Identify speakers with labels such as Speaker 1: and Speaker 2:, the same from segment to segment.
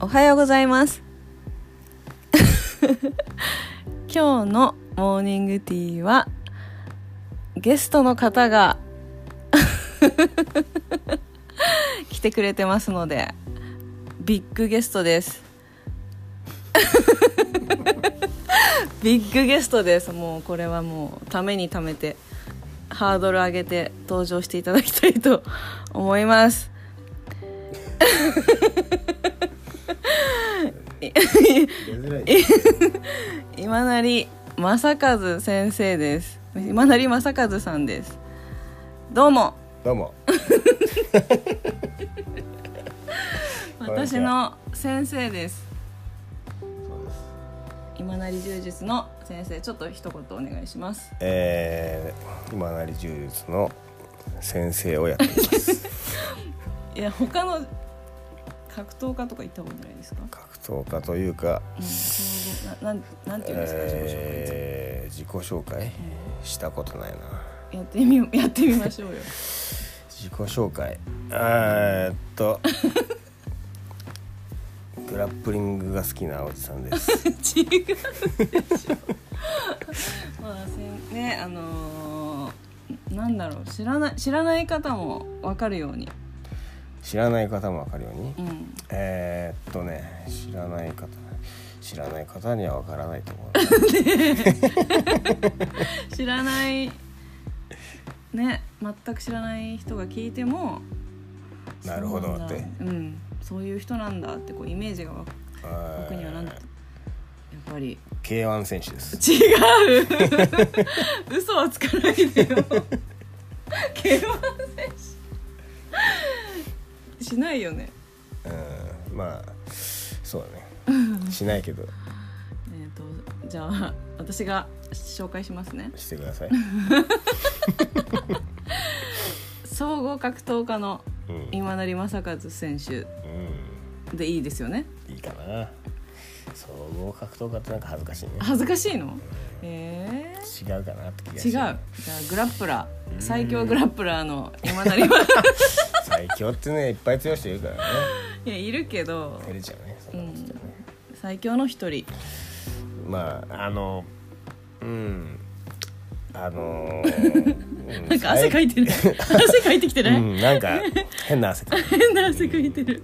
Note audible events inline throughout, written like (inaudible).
Speaker 1: おはようございます (laughs) 今日のモーニングティーはゲストの方が (laughs) 来てくれてますのでビッグゲストです (laughs) ビッグゲストですもうこれはもうためにためてハードル上げて登場していただきたいと思います
Speaker 2: やりづらい
Speaker 1: 今成正和先生です今成正和さんですどうも
Speaker 2: どうもこんに
Speaker 1: 私
Speaker 2: ちは
Speaker 1: の先生です
Speaker 2: そうです
Speaker 1: 今成柔術の先生ちょっと一言お願いします
Speaker 2: えー、今なり柔術の先生をやっています
Speaker 1: いや他の格闘家とか行ったことないですか
Speaker 2: 格闘家というか、
Speaker 1: ななんなんていうんですか、自己紹介
Speaker 2: えー、自己紹介したことないな
Speaker 1: やってみやってみましょうよ
Speaker 2: 自己紹介えーっ
Speaker 1: (laughs)
Speaker 2: とグラップリングが好きなおじさんです
Speaker 1: 違うでしょまあせんねあのーなんだろう知らない知らない方も分かるように
Speaker 2: 知らない方もわかるように、
Speaker 1: うん
Speaker 2: えー、っとね知らない方知らない方にはわからないと思う
Speaker 1: (laughs) 知らないね全く知らない人が聞いても
Speaker 2: なるほど
Speaker 1: そうなんだ
Speaker 2: って
Speaker 1: うんそういう人なんだってこうイメージがわ僕にはなんやっぱり
Speaker 2: K1 選手です
Speaker 1: 違う (laughs) 嘘はつかないで
Speaker 2: (laughs)
Speaker 1: よ K1 選手しないよね
Speaker 2: うんまあそうだねしないけど
Speaker 1: えっ、とじゃあ私が紹介しますね
Speaker 2: してください、
Speaker 1: 総合格闘家の
Speaker 2: うんうん、
Speaker 1: 今成正和選手でいいですよね
Speaker 2: いいかな総合格闘家ってなんか恥ずかしいね
Speaker 1: 恥ずかしいのえー
Speaker 2: 違うかなって気が
Speaker 1: 違う
Speaker 2: し
Speaker 1: じゃあ
Speaker 2: て
Speaker 1: グラップラー最強グラップラーの今成は
Speaker 2: (laughs) 最強ってねいっぱい強い人いるからね
Speaker 1: いやいるけど
Speaker 2: 照れちゃうねそんなことしたらね、
Speaker 1: 最強の一人
Speaker 2: まああのうんあの
Speaker 1: (laughs) なんか汗かいてる汗かいてきて
Speaker 2: う
Speaker 1: ない、
Speaker 2: ん、なんか変な汗かいてる
Speaker 1: 変な汗かいてる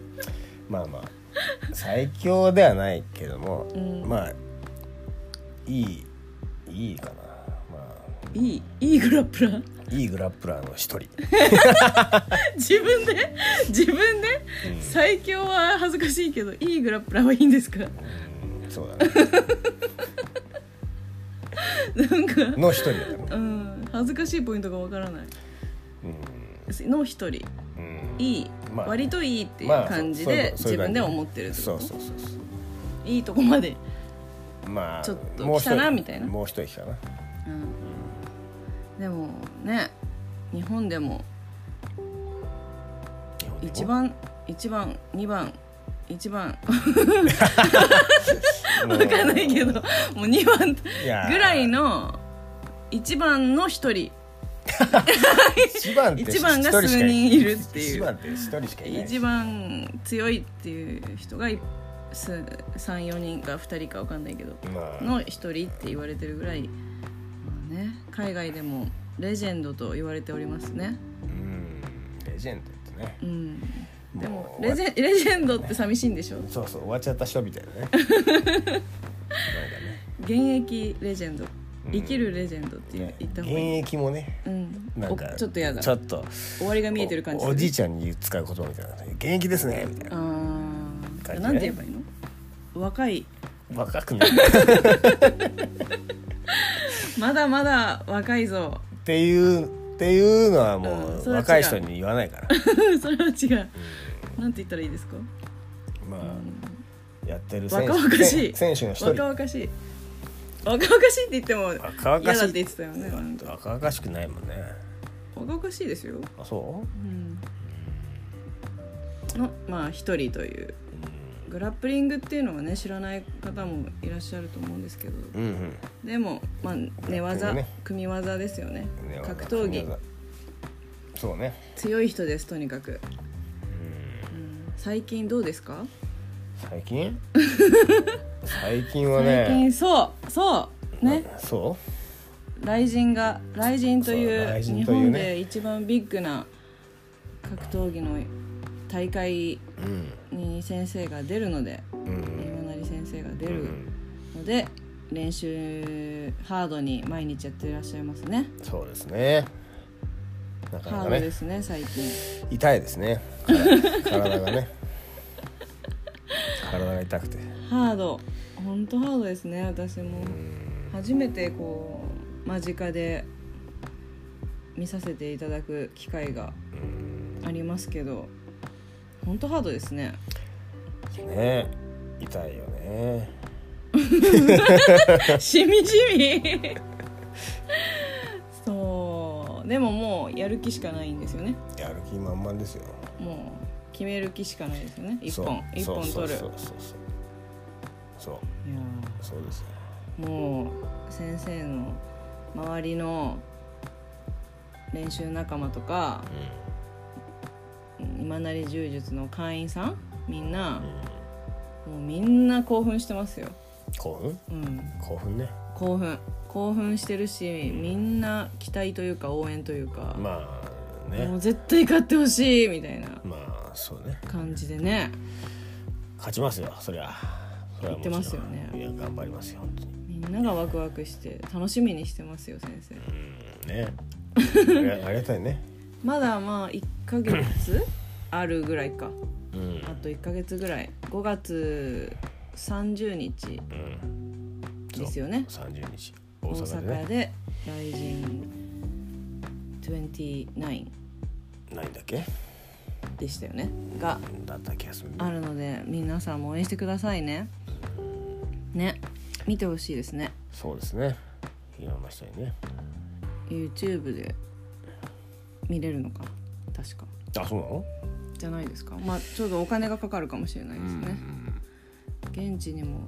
Speaker 2: まあまあ最強ではないけども、
Speaker 1: うん
Speaker 2: まあいいいいかなま
Speaker 1: いいいいグラップラー
Speaker 2: あいいグラップラーの一人
Speaker 1: 自分で自分で、最強は恥ずかしいけどいいグラップラーはいいんですか
Speaker 2: うんそうだね
Speaker 1: なんか
Speaker 2: の一人だね
Speaker 1: うん恥ずかしいポイントがわからない
Speaker 2: うん
Speaker 1: の一人
Speaker 2: うん
Speaker 1: いい、
Speaker 2: まあ
Speaker 1: 割といいっていう
Speaker 2: まあ
Speaker 1: 感じ
Speaker 2: そうそういう
Speaker 1: で
Speaker 2: ことそ
Speaker 1: 自
Speaker 2: ういう感じ
Speaker 1: 分で思ってるってこと
Speaker 2: そうそうそうそ
Speaker 1: いいとこまで、
Speaker 2: うまあ
Speaker 1: ちょっと
Speaker 2: もう一人
Speaker 1: 来たなみたいな
Speaker 2: もう一人かな
Speaker 1: うん、でもね日本でも
Speaker 2: 日本でも
Speaker 1: 1番1番2番1番
Speaker 2: もう
Speaker 1: わかんない (laughs) けどもう2番
Speaker 2: いやー
Speaker 1: ぐらいの1番の1人
Speaker 2: 一番って
Speaker 1: 一番が数人いるっていう
Speaker 2: 一番って一人しかいない
Speaker 1: 1番強いっていう人が34人か2人かわかんないけど
Speaker 2: まあ
Speaker 1: の1人って言われてるぐらい、まあね、海外でもレジェンドと言われておりますね。
Speaker 2: うんレジェンドってね
Speaker 1: うんでも
Speaker 2: もう
Speaker 1: レジェンレジェンドって寂しいんでしょ
Speaker 2: そうそう終わっちゃった人みたいな
Speaker 1: (laughs)
Speaker 2: ねなんかね
Speaker 1: 現役レジェンド
Speaker 2: うん
Speaker 1: 生きるレジェンドって
Speaker 2: ね
Speaker 1: 言った
Speaker 2: 現
Speaker 1: 方がいい、
Speaker 2: 役もね
Speaker 1: うん、
Speaker 2: なんか
Speaker 1: おちょっとやだ
Speaker 2: ちょっと
Speaker 1: 終わりが見えてる感じ
Speaker 2: おおじい
Speaker 1: ち
Speaker 2: ちゃんに使う言葉みたいな現役ですねみたい
Speaker 1: ゃ
Speaker 2: なん
Speaker 1: あー
Speaker 2: 感じね
Speaker 1: なんて言えばいいの若い
Speaker 2: 若くない (laughs) っ
Speaker 1: まだまだ若いぞ (laughs)
Speaker 2: ていうっていうのはも
Speaker 1: うん
Speaker 2: う、
Speaker 1: それは違う
Speaker 2: 若い人に言わな
Speaker 1: (laughs)
Speaker 2: いから
Speaker 1: それは違うなんて言ったらいいですか
Speaker 2: まあやってる選
Speaker 1: 若々
Speaker 2: 手
Speaker 1: しい
Speaker 2: 選選手の一
Speaker 1: 若
Speaker 2: 人
Speaker 1: 々しい若々しいって言っても
Speaker 2: 若々
Speaker 1: 嫌
Speaker 2: し
Speaker 1: だっ
Speaker 2: い
Speaker 1: て言ってたよねなんか
Speaker 2: 若々しくないもんね
Speaker 1: 若々しいですよ、
Speaker 2: あそ
Speaker 1: うん、のまあ一人という
Speaker 2: うう
Speaker 1: グラップリングっていうのはね知らない方もいらっしゃると思うんですけど
Speaker 2: んうん
Speaker 1: でも、まあ、寝技、
Speaker 2: ね
Speaker 1: 組み技ですよね
Speaker 2: うんね
Speaker 1: 格闘技
Speaker 2: 技そうね
Speaker 1: 強い人ですとにかく、
Speaker 2: うん
Speaker 1: うん最近どうですか (laughs)
Speaker 2: 最近最近は
Speaker 1: 最近
Speaker 2: ね
Speaker 1: そうそうね
Speaker 2: そ
Speaker 1: 雷神が雷神という
Speaker 2: そう雷
Speaker 1: 日
Speaker 2: 神というね
Speaker 1: 本で一番ビッグな格闘技の大会
Speaker 2: ううん
Speaker 1: に先生が出るので
Speaker 2: うん
Speaker 1: 今成先生が出
Speaker 2: う
Speaker 1: る
Speaker 2: ん
Speaker 1: ので、練習ハードに毎日やってらっしゃいますね
Speaker 2: そうですねなか
Speaker 1: ハ
Speaker 2: な
Speaker 1: ー
Speaker 2: か
Speaker 1: ド
Speaker 2: ね
Speaker 1: ですね最近
Speaker 2: 痛いですね体体がね体が痛くて
Speaker 1: ハード本当ハードですね私も
Speaker 2: うん
Speaker 1: 初めてこう間近で見させていただく機会が
Speaker 2: うん
Speaker 1: ありますけど本当ハードです
Speaker 2: (laughs)
Speaker 1: ね
Speaker 2: ね痛いよね
Speaker 1: しみじみそうでももうやる気しかないんですよね
Speaker 2: やる気満々ですよ
Speaker 1: もう決める気しかないですよね一
Speaker 2: そう
Speaker 1: 本一本取る
Speaker 2: そうそうそうそう
Speaker 1: いや
Speaker 2: そうそうですよ
Speaker 1: ーもう先生の周りの練習仲間とか今成柔術の会員さんみんな
Speaker 2: うん、うん
Speaker 1: もうみんな興奮してますよ、
Speaker 2: 興奮
Speaker 1: うん、
Speaker 2: 興奮ね
Speaker 1: 興奮興奮してるしみんな期待というか応援というか、
Speaker 2: まあ
Speaker 1: もう
Speaker 2: ね
Speaker 1: 絶対勝ってほしいみたいな
Speaker 2: まあそうね
Speaker 1: 感じでね
Speaker 2: 勝ちますよそりゃそれは
Speaker 1: 言
Speaker 2: もちろん
Speaker 1: ってますよね
Speaker 2: いや頑張りますよ本当に
Speaker 1: みんながワクワクして楽しみにしてますよ先生
Speaker 2: うんねありがありがたいね
Speaker 1: まだまあ1ヶ月あるぐらいか
Speaker 2: うん
Speaker 1: あと1ヶ月ぐらい5月30日
Speaker 2: うん
Speaker 1: ですよね
Speaker 2: 三十日大
Speaker 1: 大
Speaker 2: 阪で
Speaker 1: 阪
Speaker 2: ね
Speaker 1: で雷神29
Speaker 2: ないんだっけ
Speaker 1: でしたよねが
Speaker 2: だった気がするね
Speaker 1: あるので皆さんも応援してくださいねね見てほしいですね
Speaker 2: そうですねいろんな人にね
Speaker 1: YouTube で見れるのかな確か
Speaker 2: あそうなの
Speaker 1: じゃないですかまあちょっとお金がかかるかもしれないですね、現地にも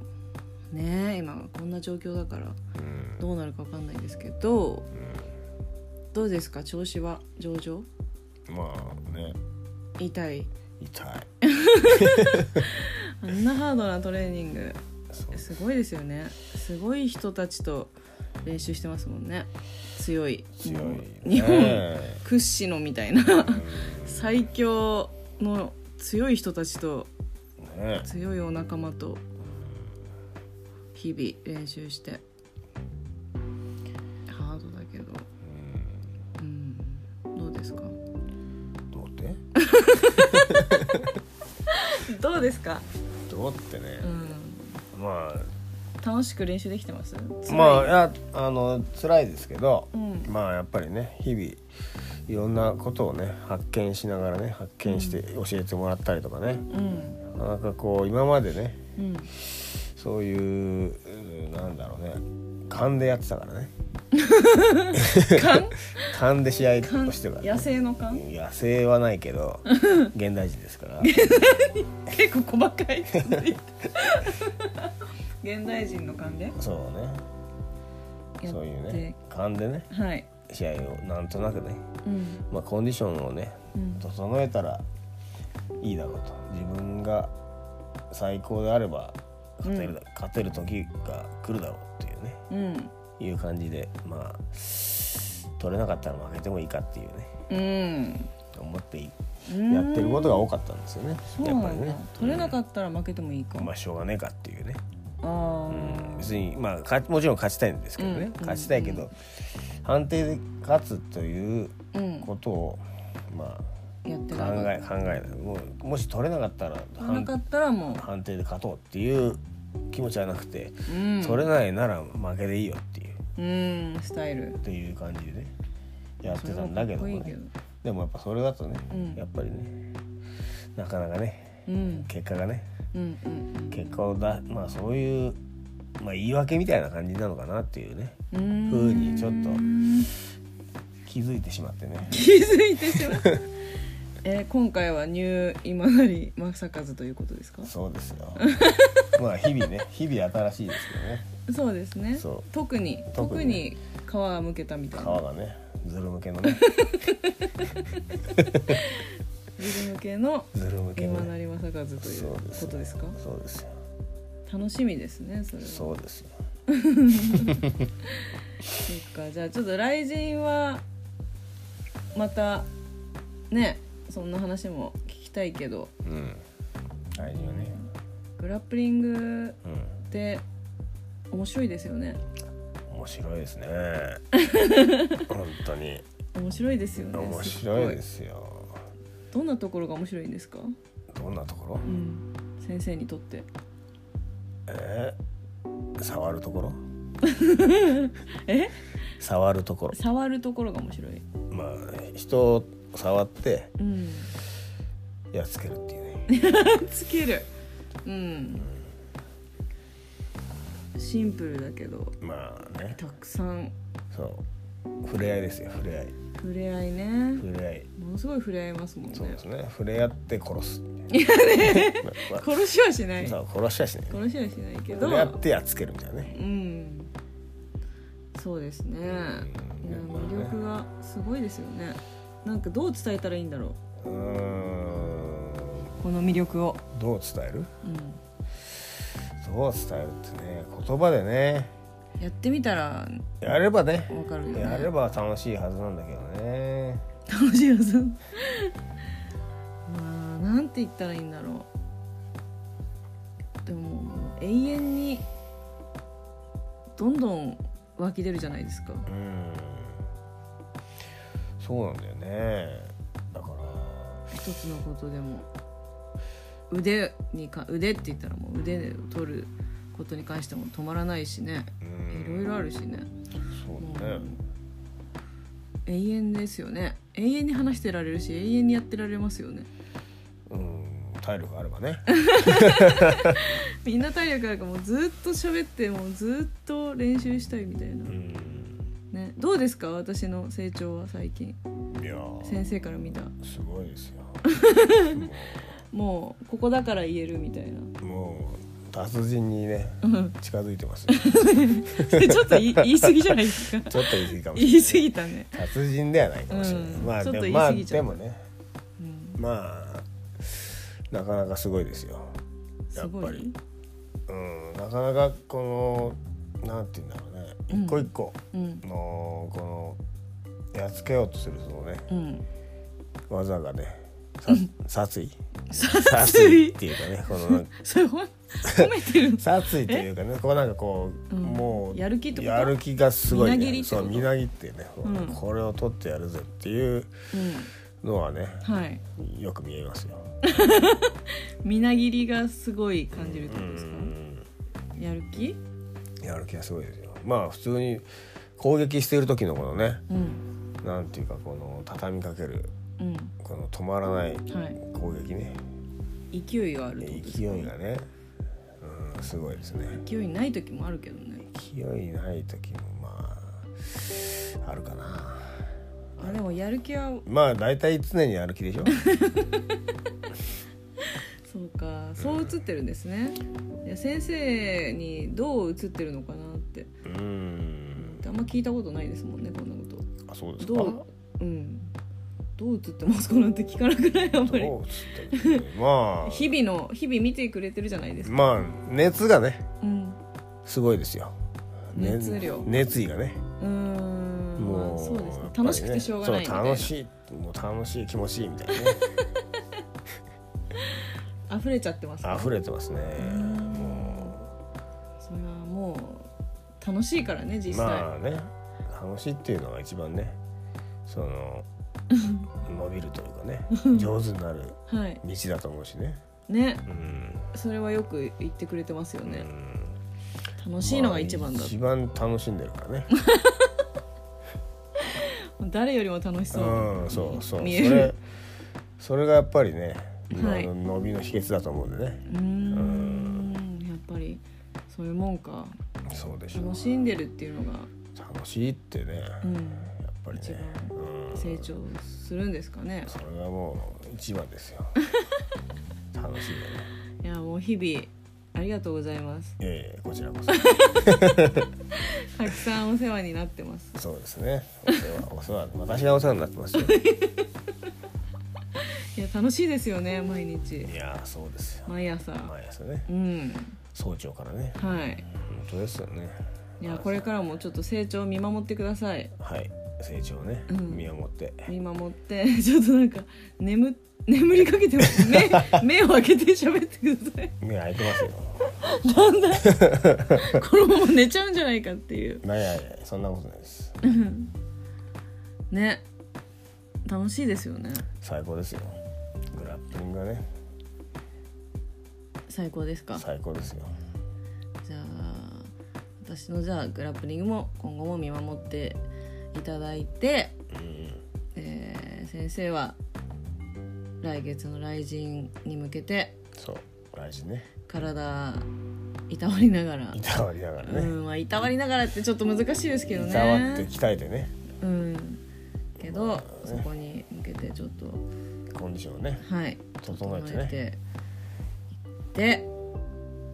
Speaker 1: ねえ今こんな状況だから
Speaker 2: うん
Speaker 1: どうなるかわかんないですけどどうですか調子は上々
Speaker 2: うんまあね
Speaker 1: 痛い
Speaker 2: 痛い
Speaker 1: あんなハードなトレーニング
Speaker 2: そう
Speaker 1: すごいですよねすごい人たちと練習してますもんね強い
Speaker 2: 強い
Speaker 1: も
Speaker 2: ね
Speaker 1: う日本屈指のみたいな最強の強い人たちと
Speaker 2: うんね
Speaker 1: 強いお仲間と日々練習してハードだけど、うん、どうですか
Speaker 2: どうって
Speaker 1: どうですか、
Speaker 2: どうってね
Speaker 1: うん、
Speaker 2: まあ
Speaker 1: 楽しく練習できてます
Speaker 2: まあい
Speaker 1: あ
Speaker 2: やあの辛いですけど、
Speaker 1: うん
Speaker 2: まあやっぱりね日々いろんなことをね発見しながらね発見して教えてもらったりとかね、
Speaker 1: うん
Speaker 2: なかなかこう今までね
Speaker 1: うん
Speaker 2: そういううんなんだろうね勘でやってたからね
Speaker 1: 勘
Speaker 2: (laughs) 勘で試合
Speaker 1: 勘
Speaker 2: をしてたから、
Speaker 1: 野
Speaker 2: ね、
Speaker 1: 生の勘 (laughs)
Speaker 2: 野生はないけど現代人ですから
Speaker 1: 結構細かい現代人の勘で
Speaker 2: そうね
Speaker 1: やって
Speaker 2: そういうね勘でね
Speaker 1: はい
Speaker 2: 試合をなんとなくね、
Speaker 1: うん
Speaker 2: まあ、コンディションをね
Speaker 1: うん
Speaker 2: 整えたらいいだろうと自分が最高であれば勝てる,、
Speaker 1: うん
Speaker 2: 勝てる時が来るだろうっていうね
Speaker 1: うん
Speaker 2: いう感じでまあ取れなかったら負けてもいいかっていうね
Speaker 1: うん
Speaker 2: 思ってい
Speaker 1: うん
Speaker 2: やってることが多かったんですよね
Speaker 1: そう
Speaker 2: やっ
Speaker 1: な
Speaker 2: ぱり
Speaker 1: んだ、
Speaker 2: ね
Speaker 1: 取れなかったら負けてもいいか、
Speaker 2: うんま
Speaker 1: あ
Speaker 2: あしょうがねえかっていうね、
Speaker 1: あ
Speaker 2: うん、別にまあかもちろん勝ちたいんですけどね、
Speaker 1: うん
Speaker 2: 勝ちたいけど、判定で勝つという
Speaker 1: うん、
Speaker 2: ことをまあ
Speaker 1: やって
Speaker 2: 考
Speaker 1: なかった
Speaker 2: え考えないもうもし取れなかったら
Speaker 1: 取れなかったらも
Speaker 2: 判定で勝とうっていう気持ちはなくて、
Speaker 1: う、うん、
Speaker 2: 取れないなら負けでいいよっていう
Speaker 1: うんスタイル
Speaker 2: っていう感じでねやってたんだけど
Speaker 1: それ
Speaker 2: も
Speaker 1: はかっこいいけ
Speaker 2: ね
Speaker 1: ど
Speaker 2: でもやっぱそれだとね、
Speaker 1: うん
Speaker 2: やっぱりねなかなかね
Speaker 1: うん
Speaker 2: 結果がね
Speaker 1: うんうん
Speaker 2: 結果をだまあそういう、まあ、言い訳みたいな感じなのかなっていうね
Speaker 1: うん
Speaker 2: ふうにちょっと
Speaker 1: うん
Speaker 2: 気づいてしまってね
Speaker 1: 気づいてしまった (laughs) えー今回はニュー今成正和ということですか
Speaker 2: そうですよ
Speaker 1: (laughs)
Speaker 2: まあ日々ね日々新しいですけどね
Speaker 1: そうですね
Speaker 2: そう
Speaker 1: 特に特
Speaker 2: 特
Speaker 1: に
Speaker 2: に
Speaker 1: 皮がむけたみたいな
Speaker 2: 皮がねズル向けのね
Speaker 1: 自分向けの
Speaker 2: ズル向けの
Speaker 1: 今成
Speaker 2: ね
Speaker 1: 正咲かずという
Speaker 2: そうです
Speaker 1: ことですか
Speaker 2: そうですよ
Speaker 1: 楽しみですねそれはそ
Speaker 2: そうですよ
Speaker 1: っかじゃあちょっと雷神はまたねそんな話も聞きたいけど
Speaker 2: うん大事よね
Speaker 1: グラップリング
Speaker 2: うん
Speaker 1: って面白いですよね
Speaker 2: 面白いです
Speaker 1: (laughs)
Speaker 2: ね本当に
Speaker 1: 面白いですよね
Speaker 2: 面白いですすよ
Speaker 1: っごいどんなところが面白いんですか、
Speaker 2: どんなところ
Speaker 1: うん、先生にとって
Speaker 2: えー触るところ
Speaker 1: (laughs) え
Speaker 2: 触るところ
Speaker 1: 触るところが面白い
Speaker 2: まあ人を触って
Speaker 1: うん
Speaker 2: やっつけるっていうね
Speaker 1: つけるうんシンプルだけど
Speaker 2: まあね
Speaker 1: たくさん
Speaker 2: そう触れ合いですよ触れ合い
Speaker 1: 触れ合いね
Speaker 2: 触れ合い
Speaker 1: ものすごい触れ合いますもんね
Speaker 2: そうですね触れ合って殺す
Speaker 1: いやね
Speaker 2: まあま
Speaker 1: 殺しはしな
Speaker 2: あ
Speaker 1: い
Speaker 2: そう殺しはしない
Speaker 1: 殺しはしないけど
Speaker 2: 触れ合ってやっつけるみたいなね
Speaker 1: うんそうですねいや魅力がすごいですよねなんかどう伝えたらいいんだろ
Speaker 2: うーん
Speaker 1: うこの魅力を
Speaker 2: どう伝える
Speaker 1: うん
Speaker 2: どう伝えるってね言葉でね
Speaker 1: やってみたら
Speaker 2: やればね
Speaker 1: わかるよね
Speaker 2: やれば楽しいはずなんだけどね
Speaker 1: 楽しいはずまあなんて言ったらいいんだろうでももう永遠にどんどん湧き出るじゃないですか
Speaker 2: うんそうなんだよねだから
Speaker 1: 一つのことでも腕にか腕って言ったらもう腕を取ることに関しても止まらないしね
Speaker 2: う
Speaker 1: い
Speaker 2: ん
Speaker 1: ろいろあるしね
Speaker 2: そうだね
Speaker 1: 永遠ですよね永遠に話してられるし永遠にやってられますよね
Speaker 2: うん体力あればね
Speaker 1: みんな体力あるからもうずっと喋ってもうずっと練習したいみたいな
Speaker 2: うん
Speaker 1: ね、どうですか私の成長は最近
Speaker 2: いやー
Speaker 1: 先生から見た
Speaker 2: すごいですよ (laughs)
Speaker 1: もうここだから言えるみたいな (laughs)
Speaker 2: もうもう達人にね
Speaker 1: うん
Speaker 2: 近づいてますよ
Speaker 1: それちょっと言い言い過ぎじゃない
Speaker 2: (laughs)
Speaker 1: ですか
Speaker 2: ちょっと言い過ぎかもしれない
Speaker 1: 言い過ぎたね、
Speaker 2: 達人ではないかもしれない、
Speaker 1: うん
Speaker 2: まあ
Speaker 1: ちょっと
Speaker 2: でも
Speaker 1: 言い
Speaker 2: まあ
Speaker 1: 過ぎちゃっ
Speaker 2: で
Speaker 1: た
Speaker 2: もね
Speaker 1: うん、
Speaker 2: まあなかなかすごいですよ
Speaker 1: すご
Speaker 2: やっぱ
Speaker 1: い
Speaker 2: りうんなかなかこのなんて言うんだろうね
Speaker 1: うん
Speaker 2: 一個一個
Speaker 1: うん
Speaker 2: のこのやっつけようとするそのね
Speaker 1: うん
Speaker 2: 技がねさ殺意殺
Speaker 1: 殺意
Speaker 2: 意っていうかねこのなんか
Speaker 1: それほん褒めてる
Speaker 2: 殺意というかねこうなんかこう、
Speaker 1: うん
Speaker 2: もう
Speaker 1: やる気ってこと
Speaker 2: やる気がすごい、
Speaker 1: みなぎ
Speaker 2: ね、
Speaker 1: りってこ
Speaker 2: そ
Speaker 1: と
Speaker 2: うみなぎってね、
Speaker 1: うん
Speaker 2: これを取ってやるぜっていう
Speaker 1: うん
Speaker 2: のはね
Speaker 1: はい
Speaker 2: よく見えますよ。
Speaker 1: みなぎりがすごい感じるってことですか
Speaker 2: うん
Speaker 1: やる気
Speaker 2: やる気がすごいですよ。まあ普通に攻撃している時のこのね
Speaker 1: うん
Speaker 2: なんていうかこの畳みかける
Speaker 1: うん
Speaker 2: この止まらない
Speaker 1: はい
Speaker 2: 攻撃ね
Speaker 1: 勢いがあるってことです
Speaker 2: 勢
Speaker 1: か
Speaker 2: いがね、うん、すごいですね。
Speaker 1: 勢いない時もあるけどね
Speaker 2: 勢いない時もまああるかな。
Speaker 1: あでもやる気は
Speaker 2: まあ大体常にやる気でしょ。
Speaker 1: そうかそう映ってるんですね、いや先生にどう映ってるのかなって
Speaker 2: うん。
Speaker 1: あんま聞いたことないですもんねこんなこ
Speaker 2: あそうで
Speaker 1: と
Speaker 2: すか。
Speaker 1: どううんどう映ってますかなんて聞かなくないあんまり
Speaker 2: どうつ
Speaker 1: (laughs)
Speaker 2: ってもねまあ
Speaker 1: 日々の日々見てくれてるじゃないですか、
Speaker 2: まあ熱がね
Speaker 1: うん
Speaker 2: すごいですよ。ね
Speaker 1: 熱量
Speaker 2: 熱意がね。
Speaker 1: うーんまあ、そうですね
Speaker 2: やっぱりね
Speaker 1: 楽しくてしょうがないみたい
Speaker 2: そう
Speaker 1: な
Speaker 2: 楽しいもう楽しい気持ちいいみたいなね
Speaker 1: (laughs) 溢れちゃってますから
Speaker 2: 溢れてますね。
Speaker 1: ん
Speaker 2: も
Speaker 1: それはもう楽しいからね
Speaker 2: う
Speaker 1: 実際、
Speaker 2: まあね楽しいっていうのが一番ね
Speaker 1: (laughs)
Speaker 2: その伸びるというかね上手になる
Speaker 1: はい
Speaker 2: 道だと思うしね。
Speaker 1: ね
Speaker 2: うん。
Speaker 1: それはよく言ってくれてますよ
Speaker 2: う
Speaker 1: ね、
Speaker 2: ん
Speaker 1: 楽しいのが一番だ
Speaker 2: まあ
Speaker 1: って
Speaker 2: 一番楽しんでるからね。
Speaker 1: 誰よりも楽しそう
Speaker 2: うん、そうそう。そ
Speaker 1: 見える
Speaker 2: れそれがやっぱりね、
Speaker 1: はい
Speaker 2: あの伸びの秘訣だと思うんでね。
Speaker 1: うーんやっぱりそういうもんか
Speaker 2: そうでしょう
Speaker 1: 楽。しんでるっていうのが、
Speaker 2: 楽しいってね、
Speaker 1: う
Speaker 2: やっ
Speaker 1: ん、
Speaker 2: ぱり
Speaker 1: 一
Speaker 2: ね、うん、
Speaker 1: 成長するんですかね
Speaker 2: それがもう一番で
Speaker 1: (laughs)
Speaker 2: すよ。楽しいよね。
Speaker 1: いやもう日々ありがとうございます
Speaker 2: いえいえこちらこそ。
Speaker 1: たくさんお世話になってます
Speaker 2: そ
Speaker 1: (laughs)
Speaker 2: うですね。お世話お世話私がお世話になってますよ。
Speaker 1: いや楽しいですよね毎日
Speaker 2: いやーそうですよ
Speaker 1: 毎朝
Speaker 2: 毎朝ね
Speaker 1: うん
Speaker 2: 早朝からね
Speaker 1: はい
Speaker 2: 本当ですよね
Speaker 1: いやこれからもちょっと成長を見守ってください
Speaker 2: はい成長ね、
Speaker 1: うん
Speaker 2: 見守って
Speaker 1: 見守って (laughs) ちょっとなんか眠眠りかけてます目目を開けて喋ってください
Speaker 2: 目開いてますよ
Speaker 1: だんだん (laughs) このまま寝ちゃうんじゃないかっていう
Speaker 2: ないないないそんなことないです
Speaker 1: ね楽しいですよね
Speaker 2: 最高ですよグラップリングがね
Speaker 1: 最高ですか
Speaker 2: 最高ですよ
Speaker 1: じゃあ私のじゃあグラップリングも今後も見守っていただいて、
Speaker 2: うん
Speaker 1: えー先生は来月の来陣に向けて
Speaker 2: そう大事ね
Speaker 1: 体いたわりながら
Speaker 2: いたわりながら
Speaker 1: う
Speaker 2: ね
Speaker 1: んまあいたわりながらってちょっと難しいですけどね
Speaker 2: いたわって鍛えてね
Speaker 1: うんけど、
Speaker 2: まあ
Speaker 1: そ
Speaker 2: ね
Speaker 1: こに向けてちょっと
Speaker 2: コンディションをね
Speaker 1: はい
Speaker 2: 整えてね
Speaker 1: てで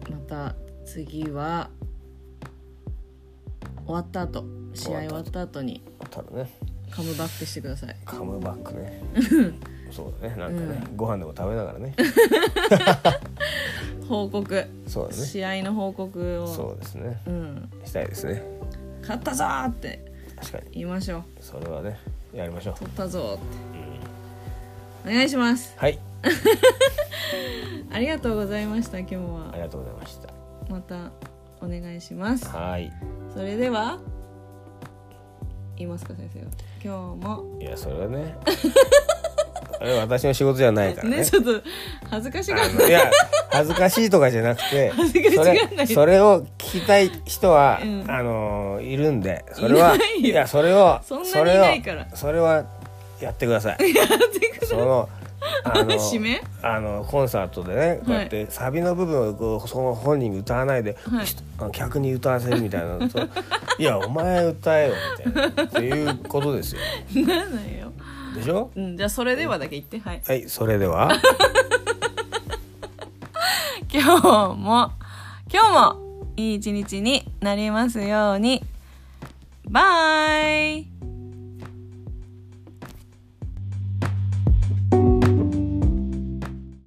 Speaker 1: また次は終わった後試合終わった後に
Speaker 2: ただね
Speaker 1: カムバックしてください
Speaker 2: カムバックねそうだねなんかね、ご飯でも食べながらね
Speaker 1: 報告
Speaker 2: そうだね
Speaker 1: 試合の報告を
Speaker 2: そうですね
Speaker 1: うん
Speaker 2: したいですね
Speaker 1: 勝ったぞーって
Speaker 2: 確かに
Speaker 1: 言いましょう
Speaker 2: それはねやりましょう
Speaker 1: 取ったぞーってお願いします
Speaker 2: はい
Speaker 1: ありがとうございました今日
Speaker 2: あ
Speaker 1: は
Speaker 2: りがとうございました
Speaker 1: またお願いします
Speaker 2: はい
Speaker 1: それでは言いますか先生今日も
Speaker 2: いやそれは (laughs) ねあれ私の仕事じゃないからね
Speaker 1: ねちょっと恥ずかしがっ
Speaker 2: あのいや恥ずかしいとかじゃなくて
Speaker 1: (laughs) 恥ずかし
Speaker 2: そ
Speaker 1: がらない
Speaker 2: れそれを聞きたい人は、
Speaker 1: うん
Speaker 2: あのいるんでそれはい
Speaker 1: ないよ
Speaker 2: やそれを
Speaker 1: そんなに
Speaker 2: それ
Speaker 1: い
Speaker 2: を
Speaker 1: ないから
Speaker 2: それはやってく
Speaker 1: (laughs)
Speaker 2: ださいそのあの
Speaker 1: 締め
Speaker 2: あのコンサートでねこうやってサビの部分をこうその本人に歌わないで、
Speaker 1: はい
Speaker 2: ひとあの客に歌わせるみたい
Speaker 1: (laughs)
Speaker 2: なのと「いやお前歌えよ」みたいなっていうことですよ
Speaker 1: (laughs) ならないよ。
Speaker 2: でしょ
Speaker 1: うん、じゃあそれではだけ言って、はい。
Speaker 2: はいそれでは
Speaker 1: 今日も、今日もいい一日になりますように。バイ